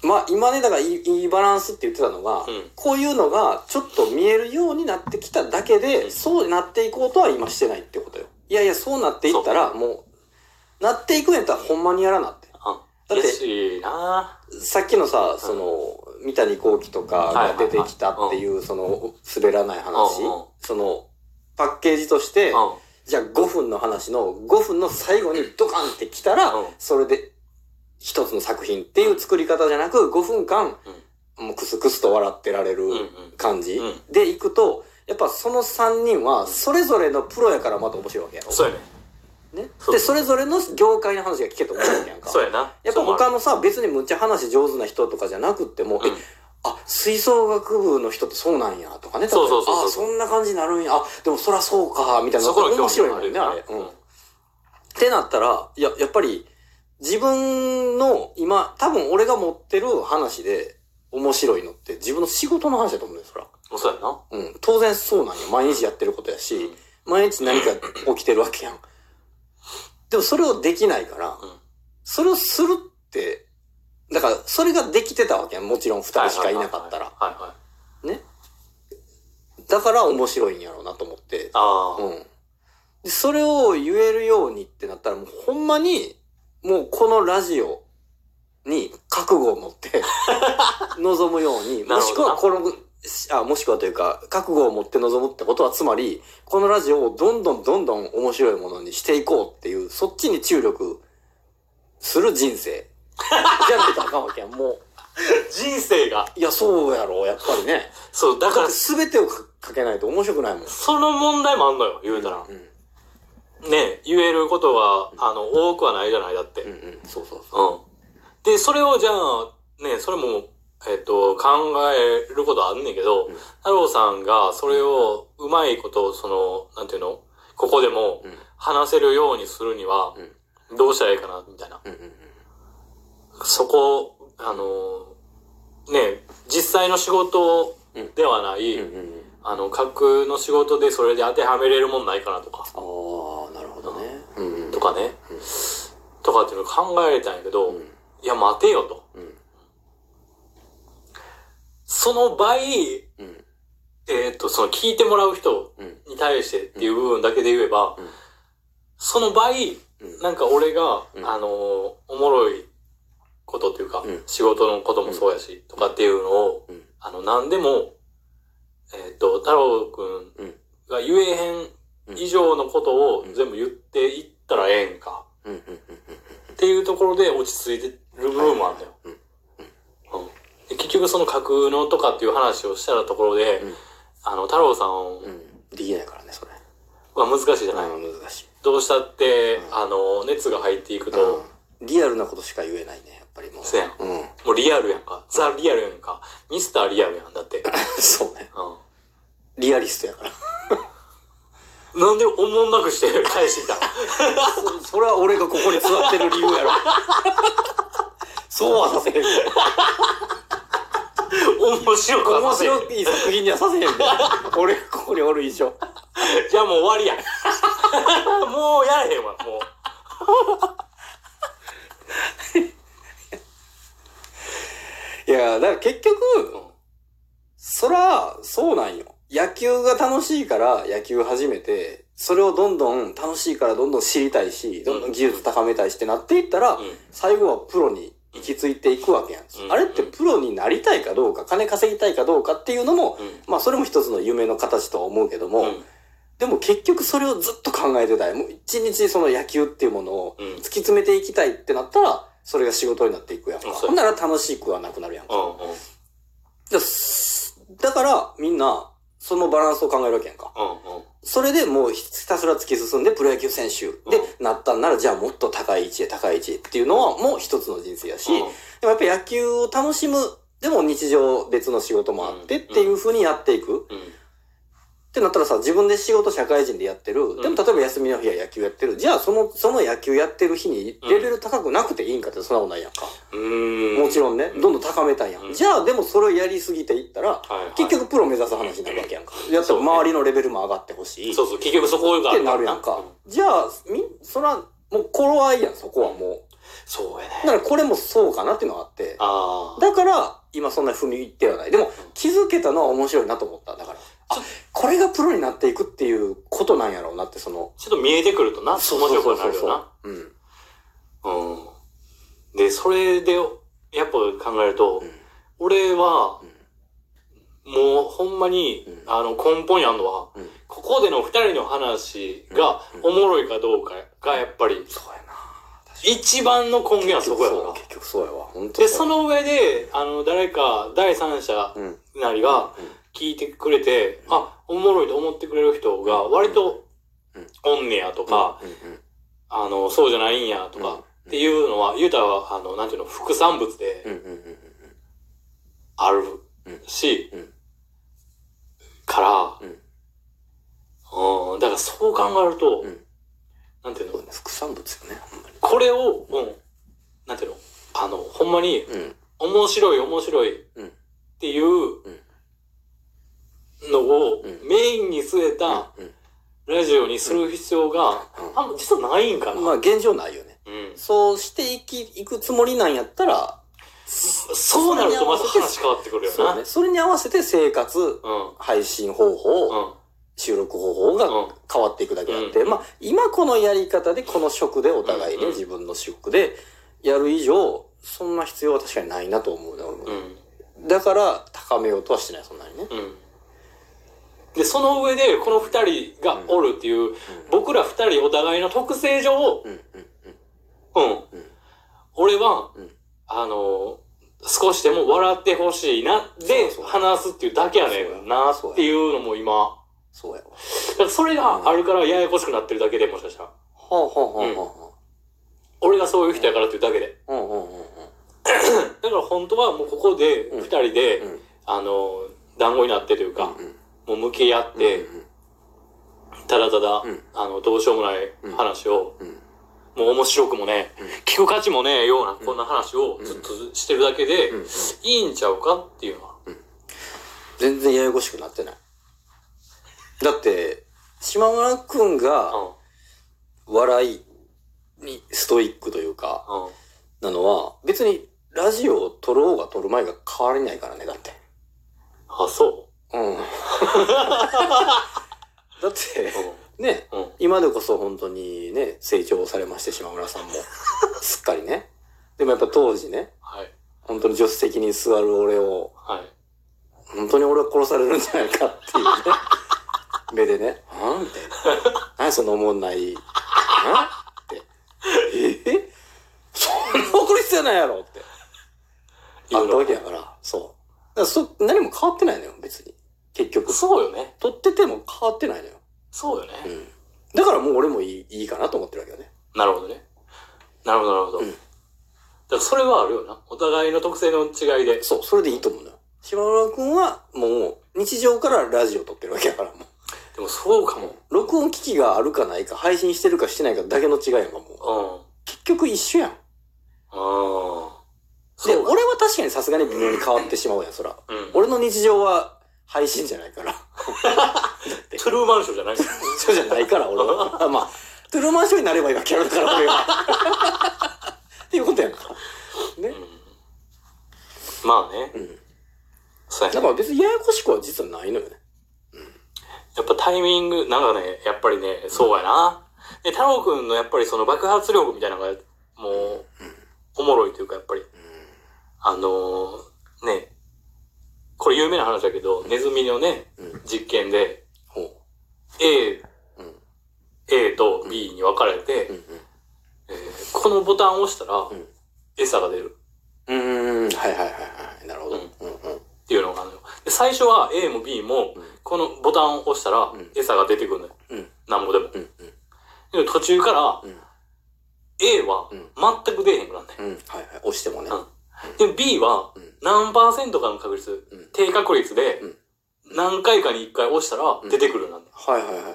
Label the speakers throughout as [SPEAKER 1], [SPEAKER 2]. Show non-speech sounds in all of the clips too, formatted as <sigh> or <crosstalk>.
[SPEAKER 1] まあ、今ね、だからいい、いいバランスって言ってたのが、
[SPEAKER 2] うん
[SPEAKER 1] こういうのが、ちょっと見えるようになってきただけで、
[SPEAKER 2] うん
[SPEAKER 1] そうなっていこうとは今してないってことよ。いやいや、そうなっていったら、もう、なっていくんやったらほんまにやらなって。
[SPEAKER 2] う
[SPEAKER 1] だ
[SPEAKER 2] ん。
[SPEAKER 1] って
[SPEAKER 2] 嬉しいな
[SPEAKER 1] さっきのさ、その、三谷幸喜とかが出てきたっていう、その、滑らない話
[SPEAKER 2] うんうん、
[SPEAKER 1] その、パッケージとして、
[SPEAKER 2] うん。
[SPEAKER 1] じゃあ5分の話の5分の最後にドカンってきたら
[SPEAKER 2] うん、
[SPEAKER 1] それで一つの作品っていう作り方じゃなく、5分間、もうクスクスと笑ってられる
[SPEAKER 2] うんうん
[SPEAKER 1] 感じ
[SPEAKER 2] うん
[SPEAKER 1] でいくと、やっぱその3人は、それぞれのプロやからまた面白いわけやろ。
[SPEAKER 2] そうやね。
[SPEAKER 1] ね
[SPEAKER 2] そう
[SPEAKER 1] で、それぞれの業界の話が聞けて面白いわけやんか。
[SPEAKER 2] そうやな。
[SPEAKER 1] やっぱ
[SPEAKER 2] そうもあ
[SPEAKER 1] 他
[SPEAKER 2] る
[SPEAKER 1] のさ、別にむっちゃ話上手な人とかじゃなくっても、え
[SPEAKER 2] うん
[SPEAKER 1] あ、吹奏楽部の人ってそうなんや、とかね。
[SPEAKER 2] そうそうそうそう
[SPEAKER 1] あ、そんな感じになるんや。あ、でもそらそうか、みたいな。
[SPEAKER 2] そこの興味
[SPEAKER 1] 面白いもんね、
[SPEAKER 2] が
[SPEAKER 1] あ
[SPEAKER 2] ある
[SPEAKER 1] れ
[SPEAKER 2] よ。
[SPEAKER 1] うん。ってなったら、いや、やっぱり、自分の今、多分俺が持ってる話で面白いのって自分の仕事の話だと思うんですから。
[SPEAKER 2] うん。そうやな。
[SPEAKER 1] うん。当然そうなんよ。毎日やってることやし、毎日何か起きてるわけやん。でもそれをできないから、
[SPEAKER 2] うん
[SPEAKER 1] それをするって、だからそれができてたわけやん。もちろん二人しかいなかったら
[SPEAKER 2] は。いはいはい。
[SPEAKER 1] ね。だから面白いんやろうなと思って。
[SPEAKER 2] ああ。
[SPEAKER 1] うん。で、それを言えるようにってなったら、もうほんまに、もうこのラジオに覚悟を持って、 <laughs> 望むように、
[SPEAKER 2] な
[SPEAKER 1] も
[SPEAKER 2] る
[SPEAKER 1] し
[SPEAKER 2] ほ
[SPEAKER 1] く
[SPEAKER 2] ど
[SPEAKER 1] は
[SPEAKER 2] な
[SPEAKER 1] この、あ、もしくはというか、覚悟を持って望むってことは、つまり、このラジオをどんどんどんどん面白いものにしていこうっていう、そっちに注力する人生。じゃなきゃあかんわけやん。も
[SPEAKER 2] 人生が、
[SPEAKER 1] う、いや、そうやろ、やっぱりね。
[SPEAKER 2] そう、
[SPEAKER 1] だ
[SPEAKER 2] だ
[SPEAKER 1] か
[SPEAKER 2] からら、
[SPEAKER 1] 全てをかかけないと面白くないもん。
[SPEAKER 2] その問題もあんのよ、言うたら。
[SPEAKER 1] うん。
[SPEAKER 2] ね、言えることは、あの、多くはないじゃない、だって。
[SPEAKER 1] うんうん。そうそうそう。
[SPEAKER 2] うん。で、それをじゃあ、ね、それも、えっと、考えることはあんねんけど、
[SPEAKER 1] うん
[SPEAKER 2] 太郎さんがそれをうまいこと、その、なんていうのここでも
[SPEAKER 1] うん
[SPEAKER 2] 話せるようにするには
[SPEAKER 1] う、ん。
[SPEAKER 2] どうしたらいいかな、みたいな。
[SPEAKER 1] うんうんうん。
[SPEAKER 2] そこ、あの、ね、実際の仕事ではない、
[SPEAKER 1] うんうんうん
[SPEAKER 2] あの、架空の仕事でそれで当てはめれるもんないかなとか、
[SPEAKER 1] ああなるほどね。うんうん
[SPEAKER 2] とかね、
[SPEAKER 1] うん
[SPEAKER 2] とかっていうのを考えたんやけど、
[SPEAKER 1] うん
[SPEAKER 2] いや、待てよと。
[SPEAKER 1] うん
[SPEAKER 2] その倍、
[SPEAKER 1] うん
[SPEAKER 2] えーっと、その聞いてもらう人
[SPEAKER 1] うん
[SPEAKER 2] に対してっていう部分だけで言えば、
[SPEAKER 1] うん
[SPEAKER 2] その
[SPEAKER 1] う
[SPEAKER 2] 倍、
[SPEAKER 1] ん
[SPEAKER 2] なんか俺が、
[SPEAKER 1] うん
[SPEAKER 2] あのーおもろいことっていうか、
[SPEAKER 1] うん
[SPEAKER 2] 仕事のこともそうやし、とかっていうのを、
[SPEAKER 1] うん
[SPEAKER 2] あの、何でも、えーっと、太郎くん
[SPEAKER 1] うん
[SPEAKER 2] が言えへん以上のことを
[SPEAKER 1] うん
[SPEAKER 2] 全部言っていったらええんか、
[SPEAKER 1] うんうんうん
[SPEAKER 2] っていうところで落ち着いてる部分もあるんだよ。
[SPEAKER 1] うん
[SPEAKER 2] うんで結局その架空のとかっていう話をしたらところで、
[SPEAKER 1] うん
[SPEAKER 2] あの、太郎さん
[SPEAKER 1] うんできないからねそれ。
[SPEAKER 2] は難しいじゃ
[SPEAKER 1] あ
[SPEAKER 2] ない、
[SPEAKER 1] ー難しい。
[SPEAKER 2] どうしたって、
[SPEAKER 1] うん
[SPEAKER 2] あの、熱が入っていくと、
[SPEAKER 1] うんリアルなことしか言えないねやっぱりもう。
[SPEAKER 2] そうやん
[SPEAKER 1] うん
[SPEAKER 2] もうリアルやんか。ザ・リアルやんか。ミスター・リアルやん。だって。
[SPEAKER 1] そうね
[SPEAKER 2] う
[SPEAKER 1] リアリストやから。
[SPEAKER 2] ん。なんでおもんなくして
[SPEAKER 1] <laughs>
[SPEAKER 2] 返してきたの
[SPEAKER 1] そそれは俺がここに座ってる理由やろ。そうはさせへんね
[SPEAKER 2] 面白くは
[SPEAKER 1] 面
[SPEAKER 2] させへん
[SPEAKER 1] 白い作品にはさせへんね俺がここにおる以上。
[SPEAKER 2] じゃあもう終わりや。 <laughs> もうやれへんわ、もう。
[SPEAKER 1] いやだから結局
[SPEAKER 2] うん
[SPEAKER 1] そら、そうなんよ。野球が楽しいから野球始めて、それをどんどん楽しいからどんどん知りたいし、どんどん技術高めたいしってなっていったら、
[SPEAKER 2] うん
[SPEAKER 1] 最後はプロに行き着いていくわけやん。
[SPEAKER 2] うん
[SPEAKER 1] あれってプロになりたいかどうか、金稼ぎたいかどうかっていうのも、
[SPEAKER 2] うん
[SPEAKER 1] まあそれも一つの夢の形とは思うけども、
[SPEAKER 2] うん
[SPEAKER 1] でも結局それをずっと考えてたい。もう一日その野球っていうものを
[SPEAKER 2] うん
[SPEAKER 1] 突き詰めていきたいってなったら、それが仕事になっていくやんか。
[SPEAKER 2] うんそうや
[SPEAKER 1] ほんなら楽しくはなくなるやんか。
[SPEAKER 2] うんうん
[SPEAKER 1] だすだから、みんな、そのバランスを考えるわけやんか。
[SPEAKER 2] うんうん
[SPEAKER 1] それでもうひたすら突き進んでプロ野球選手でなったんなら、じゃあもっと高い位置へ高い位置へっていうのはもう一つの人生やし、
[SPEAKER 2] うん
[SPEAKER 1] でもやっぱり野球を楽しむ、でも日常別の仕事もあって
[SPEAKER 2] う
[SPEAKER 1] っ
[SPEAKER 2] ん
[SPEAKER 1] ていう風にやっていく。
[SPEAKER 2] うん
[SPEAKER 1] ってなったらさ、自分で仕事社会人でやってる。
[SPEAKER 2] ん
[SPEAKER 1] でも例えば休みの日は野球やってる。じゃあその、その野球やってる日にレベル高くなくていいんかってそんなことないやんか。
[SPEAKER 2] うん
[SPEAKER 1] もちろんね、
[SPEAKER 2] うん
[SPEAKER 1] どんどん高めたんやん。
[SPEAKER 2] うん
[SPEAKER 1] じゃあでもそれをやりすぎていったら、
[SPEAKER 2] はいはい
[SPEAKER 1] 結局プロ目指す話になるわけやんか。やっぱ
[SPEAKER 2] そうね
[SPEAKER 1] 周りのレベルも上がってほしい。
[SPEAKER 2] そうそう結局そこが
[SPEAKER 1] ってなるやんか。じゃあ、み、そら、もう頃合いやん、そこはもう。
[SPEAKER 2] そうやね
[SPEAKER 1] だからこれもそうかなっていうのがあって、
[SPEAKER 2] ああ
[SPEAKER 1] だから今そんなに踏み入ってはない。でも気づけたのは面白いなと思った。だから、あ、これがプロになっていくっていうことなんやろうなって、その、
[SPEAKER 2] ちょっと見えてくるとな面白くなるよな
[SPEAKER 1] そうそうそううん。
[SPEAKER 2] うん。で、それで、やっぱ考えると、
[SPEAKER 1] うん
[SPEAKER 2] 俺は
[SPEAKER 1] う、
[SPEAKER 2] もうほんまに、
[SPEAKER 1] うん
[SPEAKER 2] あの、根本にあるのは、
[SPEAKER 1] うん
[SPEAKER 2] ここでの二人の話が
[SPEAKER 1] うん
[SPEAKER 2] おもろいかどうかが、やっぱり、
[SPEAKER 1] そうやな
[SPEAKER 2] 一番の根源はそこや
[SPEAKER 1] そう
[SPEAKER 2] から。
[SPEAKER 1] 結局そうやわ。本当
[SPEAKER 2] で、
[SPEAKER 1] そう
[SPEAKER 2] その上で、あの、誰か、第三者
[SPEAKER 1] うん。
[SPEAKER 2] なりが
[SPEAKER 1] うん
[SPEAKER 2] 聞いてくれて、あ、おもろいと思ってくれる人が、割と
[SPEAKER 1] うん、
[SPEAKER 2] おんねやとか、
[SPEAKER 1] うんうん
[SPEAKER 2] あの、そうじゃないんやと
[SPEAKER 1] う
[SPEAKER 2] か
[SPEAKER 1] ん、
[SPEAKER 2] っていうのは、言うたら、あの、なんていうの、副産物で、
[SPEAKER 1] うんうんうんうん
[SPEAKER 2] あるし、
[SPEAKER 1] うん
[SPEAKER 2] から、
[SPEAKER 1] うん
[SPEAKER 2] うん、だからそう考えると、
[SPEAKER 1] うん
[SPEAKER 2] なんていう
[SPEAKER 1] そう
[SPEAKER 2] の
[SPEAKER 1] ね副産物よね、ほんまに。
[SPEAKER 2] これを、うん、なんていうのあの、ほんまに、
[SPEAKER 1] うん。
[SPEAKER 2] 面白い面白いっ
[SPEAKER 1] うん
[SPEAKER 2] ていうのを
[SPEAKER 1] うん
[SPEAKER 2] メインに据えた
[SPEAKER 1] うん
[SPEAKER 2] ラジオにする必要が、
[SPEAKER 1] うん
[SPEAKER 2] あんま実はないんかな。
[SPEAKER 1] まあ現状ないよね。
[SPEAKER 2] うん、
[SPEAKER 1] そうしていき、いくつもりなんやったら、
[SPEAKER 2] そうなるとまた話変わってくるよ
[SPEAKER 1] そ
[SPEAKER 2] な。
[SPEAKER 1] うね。それに合わせて生活、
[SPEAKER 2] うん、
[SPEAKER 1] 配信方法、
[SPEAKER 2] う
[SPEAKER 1] 収録方法が
[SPEAKER 2] ん、うん。
[SPEAKER 1] 変わっていくだけあって、
[SPEAKER 2] うん
[SPEAKER 1] まあ今このやり方でこの職でお互いね、
[SPEAKER 2] うんうん
[SPEAKER 1] 自分の職でやる以上そんな必要は確かにないなと思うね、俺も
[SPEAKER 2] うん
[SPEAKER 1] だから高めようとはしてないそんなにね、
[SPEAKER 2] うんで、その上で、この二人がおるっていう、僕ら二人お互いの特性上、
[SPEAKER 1] うんうんうん
[SPEAKER 2] うん。
[SPEAKER 1] うん
[SPEAKER 2] 俺は、
[SPEAKER 1] うん
[SPEAKER 2] あの少しでも笑ってほしいな、で
[SPEAKER 1] そうそう、
[SPEAKER 2] 話すっていうだけやねんな、
[SPEAKER 1] そうや
[SPEAKER 2] っていうのも今。 <laughs>
[SPEAKER 1] そうやわ
[SPEAKER 2] だからそれがあるからややこしくなってるだけで、もしかしたら。
[SPEAKER 1] はあはあはあは
[SPEAKER 2] 俺がそういう人やからっていうだけで。
[SPEAKER 1] あうんうんうんうん
[SPEAKER 2] だから本当はもうここで、
[SPEAKER 1] うん
[SPEAKER 2] 二人で、
[SPEAKER 1] うん
[SPEAKER 2] あの団子になってというか、
[SPEAKER 1] うん
[SPEAKER 2] もう向き合って、
[SPEAKER 1] うん
[SPEAKER 2] ただただ、
[SPEAKER 1] うん
[SPEAKER 2] あの、どうしようもない話を、
[SPEAKER 1] うんうん
[SPEAKER 2] もう面白くもね、
[SPEAKER 1] うん
[SPEAKER 2] 聞く価値もねえような、
[SPEAKER 1] ん
[SPEAKER 2] こんな話をずっとしてるだけで、
[SPEAKER 1] うん
[SPEAKER 2] いいんちゃうかっていうのは。
[SPEAKER 1] 全然ややこしくなってないだって島村くんが
[SPEAKER 2] う
[SPEAKER 1] 笑いにストイックというか、
[SPEAKER 2] ん。う
[SPEAKER 1] な
[SPEAKER 2] ん。
[SPEAKER 1] のは、別にラジオを撮ろうが撮る前が変わりないからね、だって。
[SPEAKER 2] あ、そ
[SPEAKER 1] うん。 <laughs> だっ
[SPEAKER 2] う
[SPEAKER 1] て、
[SPEAKER 2] う
[SPEAKER 1] ね、
[SPEAKER 2] ん。うん。
[SPEAKER 1] 今でこそ本当にね、成長されまして、島村さんも。すっかりね。でもやっぱ当時ね、
[SPEAKER 2] はい。
[SPEAKER 1] 本当に助手席に座る俺を、
[SPEAKER 2] はい。
[SPEAKER 1] 本当に俺は殺されるんじゃないかっていうね、目でね、あんみたいな。何そのおもんない、あって。ええそんな怒る必要ないやろって。あったわけやから、そう。だからそ何も変わってないのよ、別に。結局。
[SPEAKER 2] そうよね。
[SPEAKER 1] 撮ってても変わってないのよ。
[SPEAKER 2] そうよ
[SPEAKER 1] う
[SPEAKER 2] ね。
[SPEAKER 1] ん。だからもう俺もいいいいかなと思ってるわけよね。
[SPEAKER 2] なるほどね。なるほど、なるほど。
[SPEAKER 1] うん
[SPEAKER 2] だからそれはあるよな。お互いの特性の違いで。
[SPEAKER 1] そう、それでいいと思うのよ。島村くんはもう日常からラジオ撮ってるわけやから、も
[SPEAKER 2] でもそうかも。
[SPEAKER 1] う。録音機器があるかないか、配信してるかしてないかだけの違いやんか、もう。
[SPEAKER 2] うん。
[SPEAKER 1] 結局一緒やん。
[SPEAKER 2] ああ。
[SPEAKER 1] で、
[SPEAKER 2] そう。
[SPEAKER 1] 俺は確かにさすがに微妙に変わってしまうやん、そら。
[SPEAKER 2] うん。
[SPEAKER 1] 俺の日常は配信じゃないから。 <laughs>
[SPEAKER 2] トゥルーマンションじゃない
[SPEAKER 1] そうじゃないから、俺は。 <laughs> まあ、トゥルーマンションになればいいわけやるから、俺は。 <laughs> っていうことやんか。ね。
[SPEAKER 2] うんまあね。
[SPEAKER 1] うん。
[SPEAKER 2] そうやね
[SPEAKER 1] だから別にややこしくは実はないのよね。
[SPEAKER 2] やっぱタイミング、なんかね、やっぱりね、そうやな。で、太郎くんのやっぱりその爆発力みたいなのが、もう、おもろいというか、やっぱり、あのー、ね、これ有名な話だけど、ネズミのね
[SPEAKER 1] うん、
[SPEAKER 2] 実験で、
[SPEAKER 1] ほう。
[SPEAKER 2] A、
[SPEAKER 1] うん。
[SPEAKER 2] A と B に分かれて、えーこのボタンを押したら
[SPEAKER 1] ん、
[SPEAKER 2] 餌が出る
[SPEAKER 1] うん。うん。うん。はいはいはいはい。なるほど。うんうん。
[SPEAKER 2] っていうのがあるのよ。で、最初は A も B も
[SPEAKER 1] うん、
[SPEAKER 2] このボタンを押したら
[SPEAKER 1] ん、
[SPEAKER 2] 餌が出てくるのよ。
[SPEAKER 1] うん。
[SPEAKER 2] なんぼでも。
[SPEAKER 1] うん。
[SPEAKER 2] で途中から
[SPEAKER 1] うん、
[SPEAKER 2] A は
[SPEAKER 1] うん
[SPEAKER 2] 全く出えへんくなって。
[SPEAKER 1] うん。はいはい。押してもね。
[SPEAKER 2] で、B は
[SPEAKER 1] うん、
[SPEAKER 2] 何パーセントかの確率、
[SPEAKER 1] うん
[SPEAKER 2] 低確率で
[SPEAKER 1] うん、
[SPEAKER 2] 何回かに1回押したら
[SPEAKER 1] ん
[SPEAKER 2] 出てくるようになんだ。
[SPEAKER 1] はいはいはいはい。
[SPEAKER 2] っ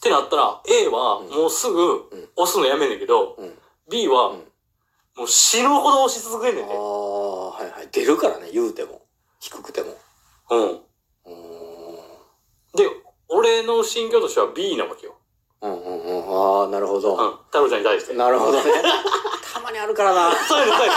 [SPEAKER 2] てなったら、A は
[SPEAKER 1] ん
[SPEAKER 2] もうすぐ
[SPEAKER 1] ん
[SPEAKER 2] 押すのやめんねんけど、
[SPEAKER 1] うん。
[SPEAKER 2] B
[SPEAKER 1] う
[SPEAKER 2] は
[SPEAKER 1] ん
[SPEAKER 2] もう死ぬほど押し続けんねん
[SPEAKER 1] あ
[SPEAKER 2] て。
[SPEAKER 1] あ、はいはい。出るからね、言うても。低くても。
[SPEAKER 2] うん。
[SPEAKER 1] うーん。
[SPEAKER 2] で、俺の心境としては B なわけよ。
[SPEAKER 1] うんうんうん。ああ、なるほど。
[SPEAKER 2] うん。太郎ちゃんに対して。
[SPEAKER 1] なるほどね。 <laughs> たまにあるからな。
[SPEAKER 2] そうです、そうです。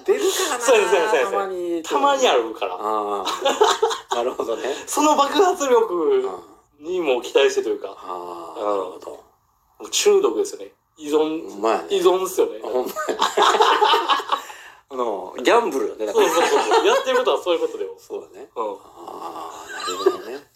[SPEAKER 1] <laughs> 出るからな。
[SPEAKER 2] そうですそうですそうです
[SPEAKER 1] たまに。
[SPEAKER 2] たまにあ
[SPEAKER 1] る。
[SPEAKER 2] るから。
[SPEAKER 1] ああ。なるほどね。
[SPEAKER 2] その爆発
[SPEAKER 1] うん
[SPEAKER 2] 力にも期待してというか、
[SPEAKER 1] ああ、
[SPEAKER 2] な
[SPEAKER 1] な
[SPEAKER 2] る
[SPEAKER 1] る
[SPEAKER 2] ほ
[SPEAKER 1] ほど。
[SPEAKER 2] もう中毒ですよね。依存、
[SPEAKER 1] ほんまやね
[SPEAKER 2] 依存っすよね。
[SPEAKER 1] ほんまや。あの、ギャンブルよね。だか
[SPEAKER 2] そう
[SPEAKER 1] ら
[SPEAKER 2] そうそう。やってることはそういうことだよ。
[SPEAKER 1] そうだね。
[SPEAKER 2] うん。
[SPEAKER 1] ああ、なるほどね。